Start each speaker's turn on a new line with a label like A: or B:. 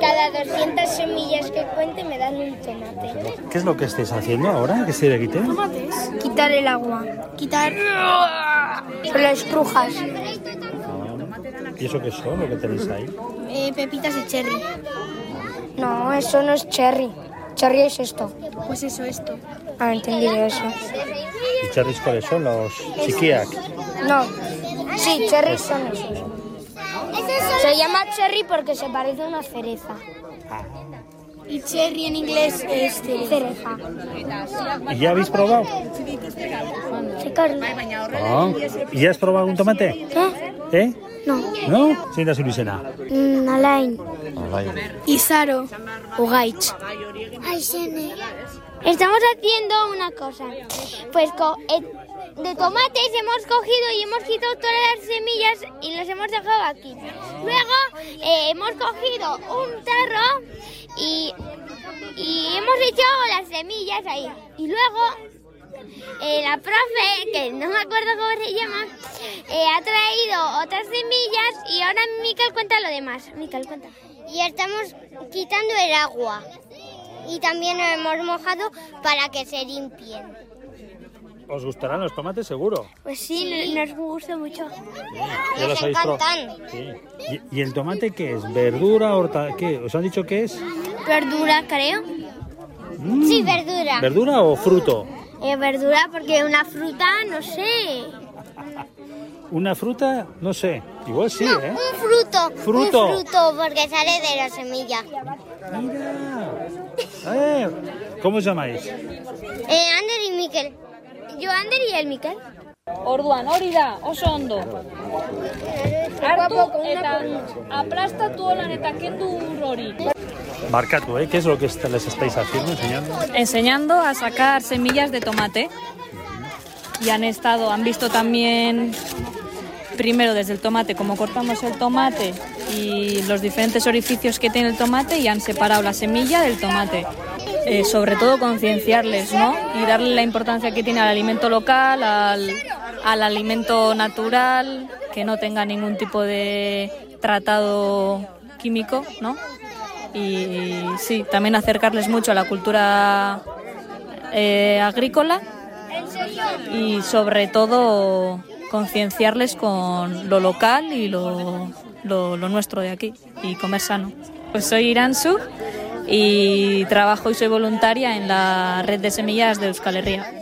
A: cada 200 semillas que cuente me dan un tomate.
B: ¿Qué es lo que estáis haciendo ahora? ¿Qué se le quite?
A: Quitar el agua. Quitar las brujas.
B: ¿Y eso qué son, lo que tenéis ahí?
C: eh, pepitas de cherry.
A: No, eso no es cherry. Cherry es esto.
C: Pues eso, esto.
A: Ah, he entendido eso.
B: ¿Y cherries cuáles son? Los chiquiac.
A: No. Sí, cherry son esos. Se llama cherry porque se parece a una cereza.
C: Y cherry en inglés es cereza.
A: Cereza.
B: ¿Y ya habéis probado?
A: Sí, Carlos.
B: No. ¿Y ya has probado un tomate?
A: ¿Eh?
B: ¿Eh?
A: No.
B: ¿No? Sí, no soy Luisena.
A: Mm, Alain.
C: Y Saro. O Gaich.
A: Estamos haciendo una cosa. Pues co- eh, de tomates hemos cogido y hemos quitado todas las semillas y las hemos dejado aquí. Luego eh, hemos cogido un tarro y, y hemos echado las semillas ahí. Y luego eh, la profe, que no me acuerdo cómo se llama, eh, ha traído otras semillas y ahora Miquel cuenta lo demás. Miquel cuenta.
D: Y estamos quitando el agua. Y también lo hemos mojado para que se limpien.
B: Os gustarán los tomates seguro.
A: Pues sí, nos gusta mucho.
B: Ya los
D: Nos
B: habéis probado.
D: encantan.
B: Sí. ¿Y, y el tomate qué es? ¿Verdura, horta? ¿Qué? ¿Os han dicho qué es?
A: Verdura, creo.
B: Mm,
D: Sí, verdura.
B: ¿Verdura o fruto?
A: Eh, verdura, porque una fruta, no sé.
B: ¿Una fruta? No sé. Igual sí, ¿eh?
D: Un fruto.
B: Fruto.
D: Un fruto, porque sale de la semilla.
B: Mira. Eh, ¿Cómo os llamáis?
D: Eh, Ander y Miquel.
A: Yo, Ander y el Miquel.
E: Orduan, hori da, oso ondo. Hartu eta aplastatu holan eta kendu ur hori.
B: Marcatu, ¿eh? ¿Qué es lo que est- les estáis haciendo, enseñando?
E: Enseñando a sacar semillas de tomate. Y han estado, han visto también primero desde el tomate cómo cortamos el tomate y los diferentes orificios que tiene el tomate y han separado la semilla del tomate. Eh, sobre todo concienciarles, ¿no? Y darle la importancia que tiene al alimento local, al, al alimento natural, que no tenga ningún tipo de tratado químico, ¿no? Y sí, también acercarles mucho a la cultura eh, agrícola y sobre todo concienciarles con lo local y lo, lo- lo nuestro de aquí y comer sano. Pues soy Iransu y trabajo y soy voluntaria en la red de semillas de Euskal Herria.